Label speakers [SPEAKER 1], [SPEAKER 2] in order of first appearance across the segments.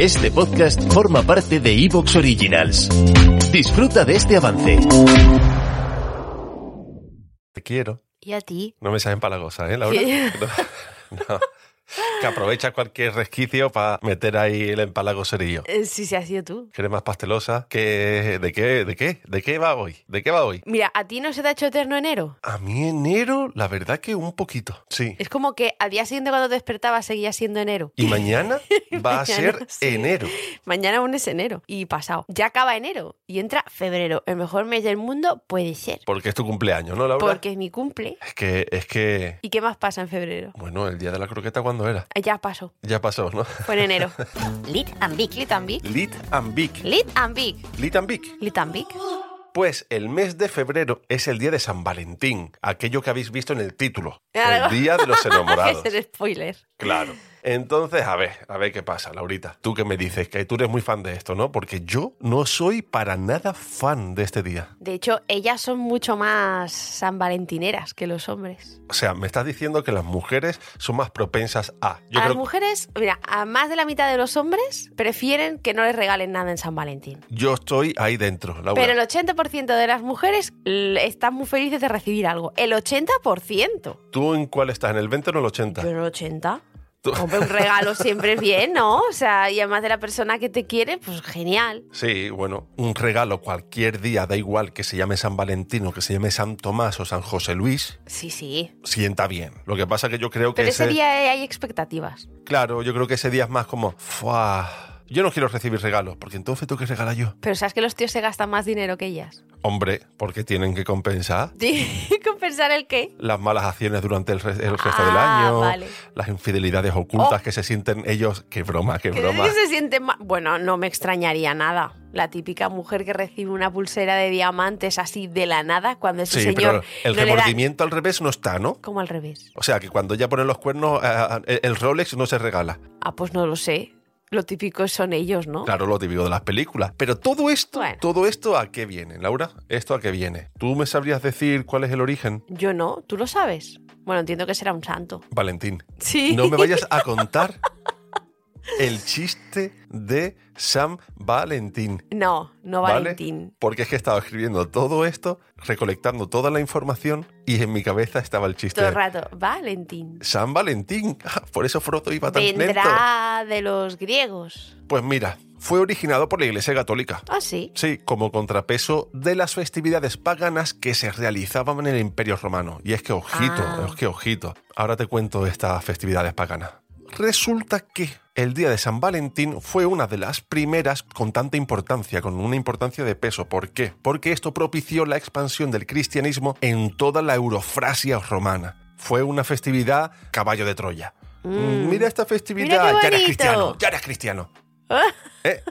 [SPEAKER 1] Este podcast forma parte de Evox Originals. Disfruta de este avance.
[SPEAKER 2] Te quiero.
[SPEAKER 3] ¿Y a ti?
[SPEAKER 2] No me seas empalagosa, ¿eh, Laura? No, no. Que aprovecha cualquier resquicio para meter ahí el empalago serillo.
[SPEAKER 3] Eh, Sí, sí, has sido tú.
[SPEAKER 2] Que eres más pastelosa. Que, ¿De qué? ¿De qué? ¿De qué va hoy? ¿De qué va hoy?
[SPEAKER 3] Mira, ¿a ti no se te ha hecho eterno enero?
[SPEAKER 2] A mí enero, la verdad que un poquito. Sí.
[SPEAKER 3] Es como que al día siguiente cuando te despertabas seguía siendo enero.
[SPEAKER 2] Y mañana va a ser
[SPEAKER 3] Mañana, sí.
[SPEAKER 2] enero.
[SPEAKER 3] Mañana aún es enero. Y pasado. Ya acaba enero y entra febrero. El mejor mes del mundo puede ser.
[SPEAKER 2] Porque es tu cumpleaños, ¿no, Laura?
[SPEAKER 3] Porque es mi cumple.
[SPEAKER 2] Es que, es que...
[SPEAKER 3] ¿Y qué más pasa en febrero?
[SPEAKER 2] Bueno, el día de la croqueta, ¿cuándo era?
[SPEAKER 3] Ah, Ya pasó.
[SPEAKER 2] Ya pasó, ¿no?
[SPEAKER 3] Fue en enero.
[SPEAKER 4] Lit and Big.
[SPEAKER 3] Lit and Big.
[SPEAKER 2] Lit and Vic.
[SPEAKER 3] Lit and Big.
[SPEAKER 2] Lit and Vic.
[SPEAKER 3] Lit and Big.
[SPEAKER 2] Pues el mes de febrero es el día de San Valentín, aquello que habéis visto en el título,
[SPEAKER 3] Claro.
[SPEAKER 2] el día de los enamorados.
[SPEAKER 3] es el spoiler.
[SPEAKER 2] Claro. Entonces, a ver, a ver qué pasa, Laurita. Tú que me dices que tú eres muy fan de esto, ¿no? Porque yo no soy para nada fan de este día.
[SPEAKER 3] De hecho, ellas son mucho más san valentineras que los hombres.
[SPEAKER 2] O sea, me estás diciendo que las mujeres son más propensas a. Yo
[SPEAKER 3] a
[SPEAKER 2] creo
[SPEAKER 3] las mujeres, mira, a más de la mitad de los hombres prefieren que no les regalen nada en San Valentín.
[SPEAKER 2] yo estoy ahí dentro, Laura.
[SPEAKER 3] Pero el 80% de las mujeres l- están muy felices de recibir algo. El 80%.
[SPEAKER 2] ¿Tú en cuál estás? ¿En el 20 o en el 80?
[SPEAKER 3] Pero el 80.
[SPEAKER 2] Tú-
[SPEAKER 3] Hombre, un regalo siempre es bien, ¿no? O sea, y además de la persona que te quiere, pues genial.
[SPEAKER 2] Sí, bueno, un regalo cualquier día, da igual que se llame San Valentín o que se llame San Tomás o San José Luis,
[SPEAKER 3] Sí, sí.
[SPEAKER 2] sienta bien. Lo que pasa que yo creo que
[SPEAKER 3] Pero ese día hay expectativas.
[SPEAKER 2] claro, yo creo que ese día es más como, "Fua, yo no quiero recibir regalos, porque entonces tengo que regalar yo.
[SPEAKER 3] Pero sabes que los tíos se gastan más dinero que ellas.
[SPEAKER 2] Hombre, porque tienen que compensar
[SPEAKER 3] ¿Compensar el qué?
[SPEAKER 2] las malas acciones durante el, re- el resto
[SPEAKER 3] Ah,
[SPEAKER 2] del año,
[SPEAKER 3] vale.
[SPEAKER 2] las infidelidades ocultas
[SPEAKER 3] Oh.
[SPEAKER 2] que se sienten ellos, qué broma, qué
[SPEAKER 3] ¿Crees
[SPEAKER 2] broma.
[SPEAKER 3] que se siente ma- Bueno, no me extrañaría nada. La típica mujer que recibe una pulsera de diamantes así de la nada cuando ese
[SPEAKER 2] Sí,
[SPEAKER 3] señor
[SPEAKER 2] pero el
[SPEAKER 3] no le da-
[SPEAKER 2] remordimiento al revés no está, ¿no?
[SPEAKER 3] Como al revés.
[SPEAKER 2] O sea, que cuando ya ponen los cuernos, eh, eh, el Rolex no se regala.
[SPEAKER 3] Ah, pues no lo sé. Lo típico son ellos, ¿no?
[SPEAKER 2] Claro, lo típico de las películas. Pero todo esto,
[SPEAKER 3] Bueno.
[SPEAKER 2] todo esto a qué viene, Laura? ¿Esto a qué viene? ¿Tú me sabrías decir cuál es el origen?
[SPEAKER 3] Yo no, tú lo sabes. Bueno, entiendo que será un santo.
[SPEAKER 2] Valentín.
[SPEAKER 3] Sí.
[SPEAKER 2] No me vayas a contar el chiste de San Valentín.
[SPEAKER 3] No, no
[SPEAKER 2] ¿vale?
[SPEAKER 3] Valentín.
[SPEAKER 2] Porque es que estaba escribiendo todo esto, recolectando toda la información y en mi cabeza estaba el chiste.
[SPEAKER 3] Todo el
[SPEAKER 2] de
[SPEAKER 3] rato. Valentín.
[SPEAKER 2] San Valentín. Por eso Frodo iba tan lento.
[SPEAKER 3] Vendrá de los griegos.
[SPEAKER 2] Pues mira, fue originado por la Iglesia Católica.
[SPEAKER 3] Ah, sí.
[SPEAKER 2] Sí, como contrapeso de las festividades paganas que se realizaban en el Imperio Romano. Y es que ojito,
[SPEAKER 3] Ah.
[SPEAKER 2] es que ojito. Ahora te cuento estas festividades paganas. Resulta que el día de San Valentín fue una de las primeras con tanta importancia, con una importancia de peso. ¿Por qué? Porque esto propició la expansión del cristianismo en toda la Eurofrasia romana. Fue una festividad caballo de Troya.
[SPEAKER 3] Mm.
[SPEAKER 2] Mira esta festividad,
[SPEAKER 3] Mira qué
[SPEAKER 2] ya eres
[SPEAKER 3] bonito.
[SPEAKER 2] cristiano, ya eres cristiano. ¿Eh?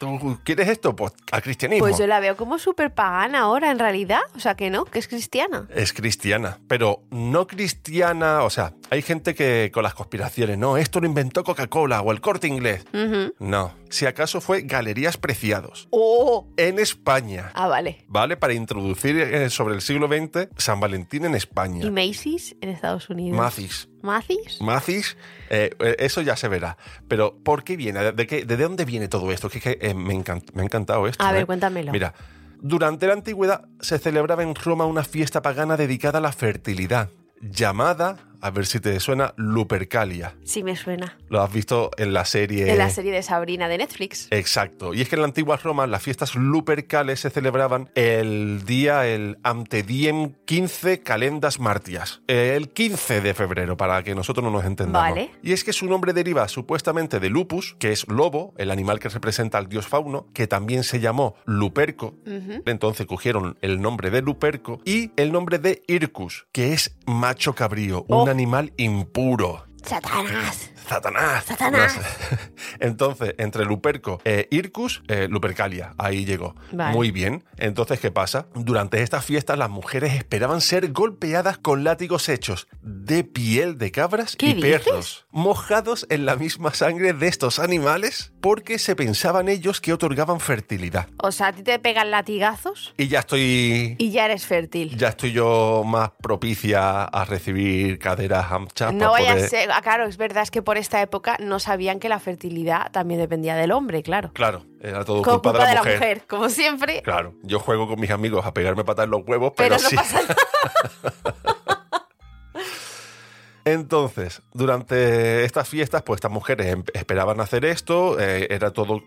[SPEAKER 2] ¿Tú quieres esto? Pues al cristianismo.
[SPEAKER 3] Pues yo la veo como súper pagana ahora, en realidad. O sea, que no, que es cristiana.
[SPEAKER 2] Es cristiana, pero no cristiana, o sea, hay gente que con las conspiraciones, no, esto lo inventó Coca-Cola o el corte inglés.
[SPEAKER 3] Ujú.
[SPEAKER 2] No, si acaso fue Galerías Preciados,
[SPEAKER 3] ¡Oh!
[SPEAKER 2] en España,
[SPEAKER 3] Ah, vale.
[SPEAKER 2] ¿vale? Para introducir eh, sobre el siglo XX San Valentín en
[SPEAKER 3] ¿Y
[SPEAKER 2] España.
[SPEAKER 3] Macy's en Estados Unidos?
[SPEAKER 2] Macis.
[SPEAKER 3] ¿Macy's?
[SPEAKER 2] Macis, eh, eh, eso ya se verá. Pero, ¿por qué viene? ¿De, qué- de dónde viene todo esto? Que, es que, eh, me, encan- me ha encantado esto.
[SPEAKER 3] A ver,
[SPEAKER 2] eh.
[SPEAKER 3] cuéntamelo.
[SPEAKER 2] Mira, durante la antigüedad se celebraba en Roma una fiesta pagana dedicada a la fertilidad, llamada, a ver si te suena, Lupercalia.
[SPEAKER 3] Sí me suena.
[SPEAKER 2] Lo has visto en la serie.
[SPEAKER 3] De la serie de Sabrina de Netflix.
[SPEAKER 2] Eh. Exacto. Y es que en la antigua Roma las fiestas lupercales se celebraban el día, el Amtediem 15 Calendas Martias. El 15 de febrero, para que nosotros no nos entendamos.
[SPEAKER 3] Vale.
[SPEAKER 2] Y es que su nombre deriva supuestamente de lupus, que es lobo, el animal que representa al dios fauno, que también se llamó luperco.
[SPEAKER 3] Ujú.
[SPEAKER 2] Entonces cogieron el nombre de luperco y el nombre de ircus, que es macho cabrío, un
[SPEAKER 3] Oh.
[SPEAKER 2] animal impuro.
[SPEAKER 3] ¡Satanás!
[SPEAKER 2] Satanás.
[SPEAKER 3] Satanás.
[SPEAKER 2] No sé. Entonces, entre Luperco e Ircus, eh, Lupercalia, ahí llegó.
[SPEAKER 3] Vale.
[SPEAKER 2] Muy bien. Entonces, ¿qué pasa? Durante estas fiestas las mujeres esperaban ser golpeadas con látigos hechos de piel de cabras
[SPEAKER 3] ¿Qué
[SPEAKER 2] y
[SPEAKER 3] dices?
[SPEAKER 2] perros, mojados en la misma sangre de estos animales, porque se pensaban ellos que otorgaban fertilidad.
[SPEAKER 3] O sea, a ti te pegan latigazos
[SPEAKER 2] Y ya estoy...
[SPEAKER 3] y ya eres fértil.
[SPEAKER 2] Ya estoy yo más propicia a recibir caderas anchas.
[SPEAKER 3] no
[SPEAKER 2] para
[SPEAKER 3] vaya
[SPEAKER 2] poder-
[SPEAKER 3] a ser... Ah, claro, es verdad, es que por esta época no sabían que la fertilidad felicidad también dependía del hombre, claro.
[SPEAKER 2] Claro, era todo
[SPEAKER 3] Como
[SPEAKER 2] culpa, de, la, mujer.
[SPEAKER 3] como siempre.
[SPEAKER 2] Claro, yo juego con mis amigos a pegarme patas en los huevos, pero,
[SPEAKER 3] Pero no
[SPEAKER 2] sí.
[SPEAKER 3] pasa nada.
[SPEAKER 2] Entonces, durante estas fiestas, pues estas mujeres em- esperaban hacer esto, eh, era todo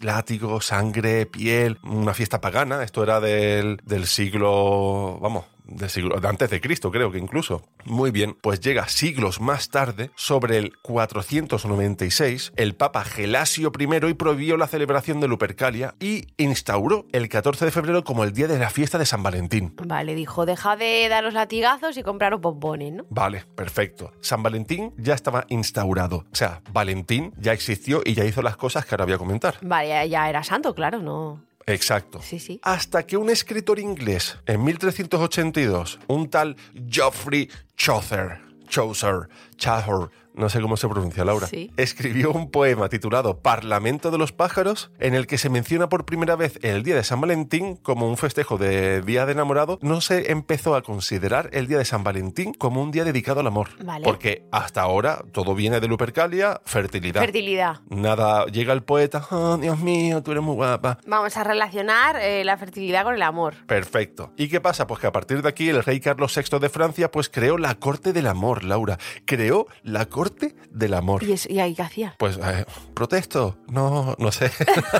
[SPEAKER 2] látigo, sangre, piel, una fiesta pagana, esto era del, del siglo, vamos, del siglo, de antes de Cristo creo que incluso. Muy bien, pues llega siglos más tarde, sobre el 496, el Papa Gelasio I prohibió la celebración de Lupercalia y instauró el 14 de febrero como el día de la fiesta de San Valentín.
[SPEAKER 3] Vale, dijo, deja de daros latigazos y compraros bombones, ¿no?
[SPEAKER 2] Vale, perfecto. San Valentín ya estaba instaurado. O sea, Valentín ya existió y ya hizo las cosas que ahora voy a comentar.
[SPEAKER 3] Vale, ya, ya era santo, claro, no.
[SPEAKER 2] Exacto.
[SPEAKER 3] Sí, sí.
[SPEAKER 2] Hasta que un escritor inglés, en 1382, un tal Geoffrey Chaucer, Chaucer, Chaucer, no sé cómo se pronuncia Laura,
[SPEAKER 3] Sí.
[SPEAKER 2] escribió un poema titulado Parlamento de los pájaros, en el que se menciona por primera vez el día de San Valentín como un festejo de Día de Enamorado. No se empezó a considerar el día de San Valentín como un día dedicado al amor,
[SPEAKER 3] Vale.
[SPEAKER 2] porque hasta ahora todo viene de Lupercalia, fertilidad.
[SPEAKER 3] Fertilidad.
[SPEAKER 2] Nada, llega el poeta, oh, Dios mío, tú eres muy guapa.
[SPEAKER 3] Vamos a relacionar eh, la fertilidad con el amor.
[SPEAKER 2] Perfecto. ¿Y qué pasa? Pues que a partir de aquí el rey Carlos VI de Francia pues creó la corte del amor, Laura. Creó la corte del amor.
[SPEAKER 3] ¿Y, eso, y ahí qué hacía?
[SPEAKER 2] Pues eh, protesto. No, no sé.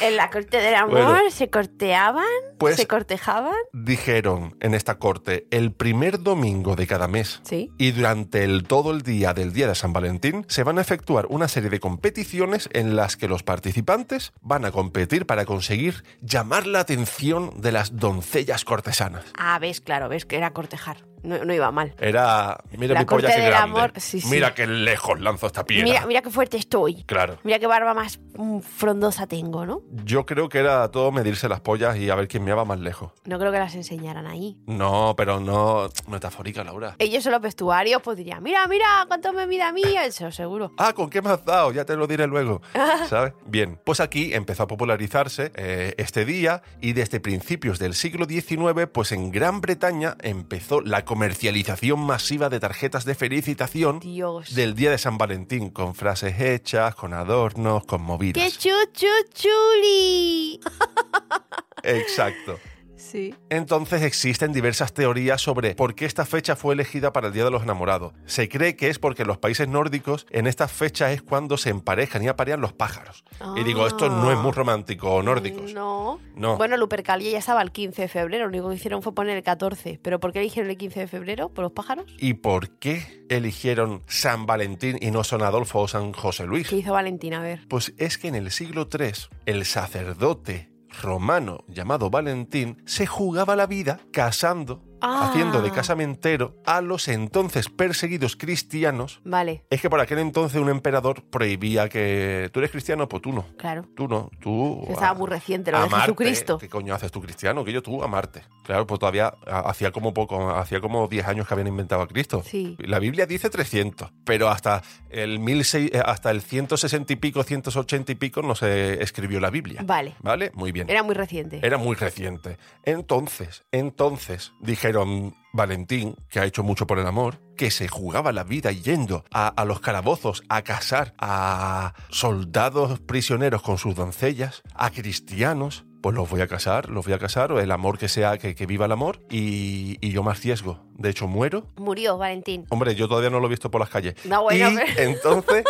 [SPEAKER 3] En la corte del amor
[SPEAKER 2] Bueno.
[SPEAKER 3] se corteaban,
[SPEAKER 2] Pues-
[SPEAKER 3] se cortejaban.
[SPEAKER 2] Dijeron en esta corte el primer domingo de cada mes.
[SPEAKER 3] Sí.
[SPEAKER 2] Y durante el todo el día del día de San Valentín se van a efectuar una serie de competiciones en las que los participantes van a competir para conseguir llamar la atención de las doncellas cortesanas.
[SPEAKER 3] Ah, ves, claro, ves que era cortejar. No, no iba mal.
[SPEAKER 2] Era, mira
[SPEAKER 3] La
[SPEAKER 2] mi polla
[SPEAKER 3] corte
[SPEAKER 2] que
[SPEAKER 3] del
[SPEAKER 2] grande.
[SPEAKER 3] amor, sí, sí.
[SPEAKER 2] Mira qué lejos lanzo esta piedra.
[SPEAKER 3] Mira, mira qué fuerte estoy.
[SPEAKER 2] Claro.
[SPEAKER 3] Mira qué barba más mm, frondosa tengo, ¿no?
[SPEAKER 2] Yo creo que era todo medirse las pollas y a ver quién meaba más lejos.
[SPEAKER 3] No creo que las enseñaran ahí.
[SPEAKER 2] No, pero no metafórica, Laura.
[SPEAKER 3] Ellos en los vestuarios pues dirían, mira, mira, cuánto me mide a mí, eso seguro.
[SPEAKER 2] Ah, ¿con qué me has dado? Ya te lo diré luego. ¿Sabes? Bien, pues aquí empezó a popularizarse eh, este día y desde principios del siglo XIX, pues en Gran Bretaña empezó la comercialización masiva de tarjetas de felicitación
[SPEAKER 3] Dios.
[SPEAKER 2] del Día de San Valentín, con frases hechas, con adornos, con
[SPEAKER 3] ¡Qué
[SPEAKER 2] movidas.
[SPEAKER 3] chu, chu, chuli!
[SPEAKER 2] Exacto.
[SPEAKER 3] Sí.
[SPEAKER 2] Entonces existen diversas teorías sobre por qué esta fecha fue elegida para el Día de los Enamorados. Se cree que es porque en los países nórdicos en esta fecha es cuando se emparejan y aparean los pájaros. Y digo, esto no es muy romántico o nórdicos.
[SPEAKER 3] No.
[SPEAKER 2] No.
[SPEAKER 3] Bueno, Lupercalia ya estaba el 15 de febrero, lo único que hicieron fue poner el 14. ¿Pero por qué eligieron el 15 de febrero? ¿Por los pájaros?
[SPEAKER 2] ¿Y por qué eligieron San Valentín y no San Adolfo o San José Luis?
[SPEAKER 3] ¿Qué hizo Valentina? A ver.
[SPEAKER 2] Pues es que en el siglo III el sacerdote romano llamado Valentín se jugaba la vida casando,
[SPEAKER 3] Ah.
[SPEAKER 2] haciendo de casamentero a los entonces perseguidos cristianos
[SPEAKER 3] Vale,
[SPEAKER 2] Es que por aquel entonces un emperador prohibía que tú eres cristiano, pues tú no.
[SPEAKER 3] claro.
[SPEAKER 2] Tú no, tú.
[SPEAKER 3] Que estaba
[SPEAKER 2] a-
[SPEAKER 3] muy reciente lo de
[SPEAKER 2] amarte.
[SPEAKER 3] Jesucristo.
[SPEAKER 2] ¿Qué coño haces tú cristiano? Que yo tú amarte. Claro, pues todavía ha- hacía como poco, hacía como 10 años que habían inventado a Cristo.
[SPEAKER 3] Sí.
[SPEAKER 2] La Biblia dice 300, pero hasta el 16 eh, hasta el 160 y pico, 180 y pico no se escribió la Biblia.
[SPEAKER 3] Vale.
[SPEAKER 2] ¿Vale? Muy bien.
[SPEAKER 3] Era muy reciente.
[SPEAKER 2] Era muy reciente. Entonces, entonces, dijeron Valentín, que ha hecho mucho por el amor, que se jugaba la vida yendo a, a los calabozos a casar a soldados prisioneros con sus doncellas, a cristianos. Pues los voy a casar, los voy a casar, o el amor que sea, que, que viva el amor, y, y yo más riesgo. De hecho, muero.
[SPEAKER 3] Murió Valentín.
[SPEAKER 2] Hombre, yo todavía no lo he visto por las calles.
[SPEAKER 3] No, bueno,
[SPEAKER 2] y
[SPEAKER 3] pero-
[SPEAKER 2] entonces,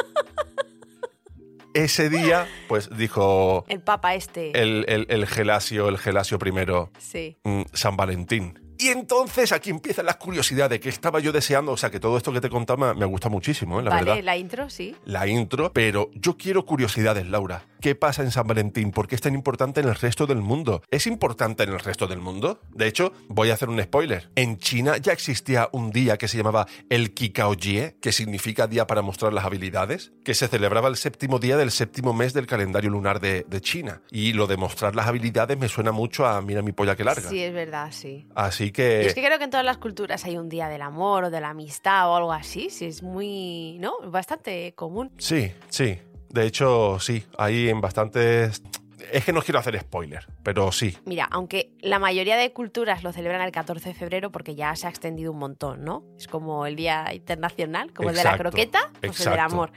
[SPEAKER 2] ese día, pues dijo
[SPEAKER 3] El papa este.
[SPEAKER 2] el, el, el Gelasio, el Gelasio primero,
[SPEAKER 3] Sí.
[SPEAKER 2] mm, San Valentín. Y entonces aquí empiezan las curiosidades que estaba yo deseando. O sea, que todo esto que te contaba me gusta muchísimo, ¿eh? la
[SPEAKER 3] vale,
[SPEAKER 2] verdad.
[SPEAKER 3] la intro, sí.
[SPEAKER 2] La intro, pero yo quiero curiosidades, Laura. ¿Qué pasa en San Valentín? ¿Por qué es tan importante en el resto del mundo? ¿Es importante en el resto del mundo? De hecho, voy a hacer un spoiler. En China ya existía un día que se llamaba el Kikaojie, que significa día para mostrar las habilidades, que se celebraba el séptimo día del séptimo mes del calendario lunar de, de China. Y lo de mostrar las habilidades me suena mucho a mira mi polla que larga. Eh,
[SPEAKER 3] Sí, es verdad, sí.
[SPEAKER 2] Así
[SPEAKER 3] Y
[SPEAKER 2] que...
[SPEAKER 3] es que creo que en todas las culturas hay un día del amor o de la amistad o algo así. Sí, es muy. ¿No? Bastante común.
[SPEAKER 2] Sí, sí. De hecho, sí. Hay en bastantes... Es que no quiero hacer spoiler, pero sí,
[SPEAKER 3] Mira, aunque la mayoría de culturas lo celebran el 14 de febrero porque ya se ha extendido un montón, ¿no? Es como el Día Internacional, como el de la
[SPEAKER 2] Exacto,
[SPEAKER 3] croqueta, pues el del
[SPEAKER 2] exacto.
[SPEAKER 3] amor.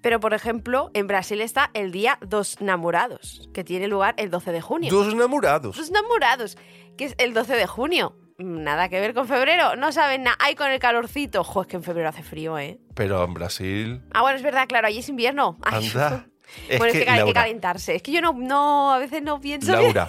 [SPEAKER 3] Pero, por ejemplo, en Brasil está el Día dos Namorados, que tiene lugar el 12 de junio.
[SPEAKER 2] Dos enamorados.
[SPEAKER 3] Dos Namorados, que es el 12 de junio. Nada que ver con febrero, no saben nada. Ay, con el calorcito. Jo, es que en febrero hace frío, ¿eh?
[SPEAKER 2] Pero en Brasil.
[SPEAKER 3] Ah, bueno, es verdad, claro, allí es invierno. Ay,
[SPEAKER 2] Anda.
[SPEAKER 3] bueno, es que, hay que
[SPEAKER 2] Laura,
[SPEAKER 3] calentarse. Es que yo no, no a veces no pienso bien.
[SPEAKER 2] Laura,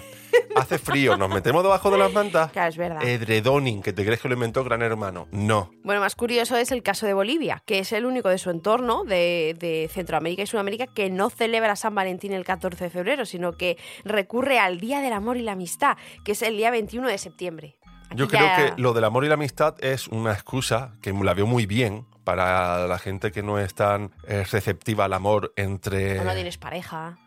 [SPEAKER 2] hace frío, nos metemos debajo de las mantas.
[SPEAKER 3] Claro, es verdad.
[SPEAKER 2] Eh. Edredoning, que te crees que lo inventó Gran Hermano. No.
[SPEAKER 3] Bueno, más curioso es el caso de Bolivia, que es el único de su entorno, de, de Centroamérica y Sudamérica, que no celebra San Valentín el 14 de febrero, sino que recurre al Día del Amor y la Amistad, que es el día 21 de septiembre. Aquí
[SPEAKER 2] Yo
[SPEAKER 3] ya-
[SPEAKER 2] creo que lo del amor y la amistad es una excusa que la veo muy bien para la gente que no es tan eh, receptiva al amor entre...
[SPEAKER 3] o no tienes pareja.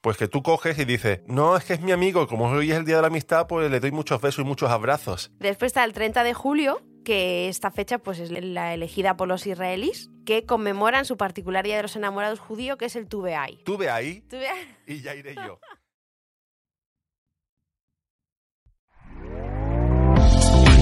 [SPEAKER 2] Pues que tú coges y dices, no, es que es mi amigo, como hoy es el día de la amistad, pues le doy muchos besos y muchos abrazos.
[SPEAKER 3] Después está el 30 de julio, que esta fecha pues, es la elegida por los israelíes, que conmemoran su particular Día de los Enamorados judío, que es el Tubeai.
[SPEAKER 2] Tú ve ahí
[SPEAKER 3] Tubeai.
[SPEAKER 2] y ya iré yo.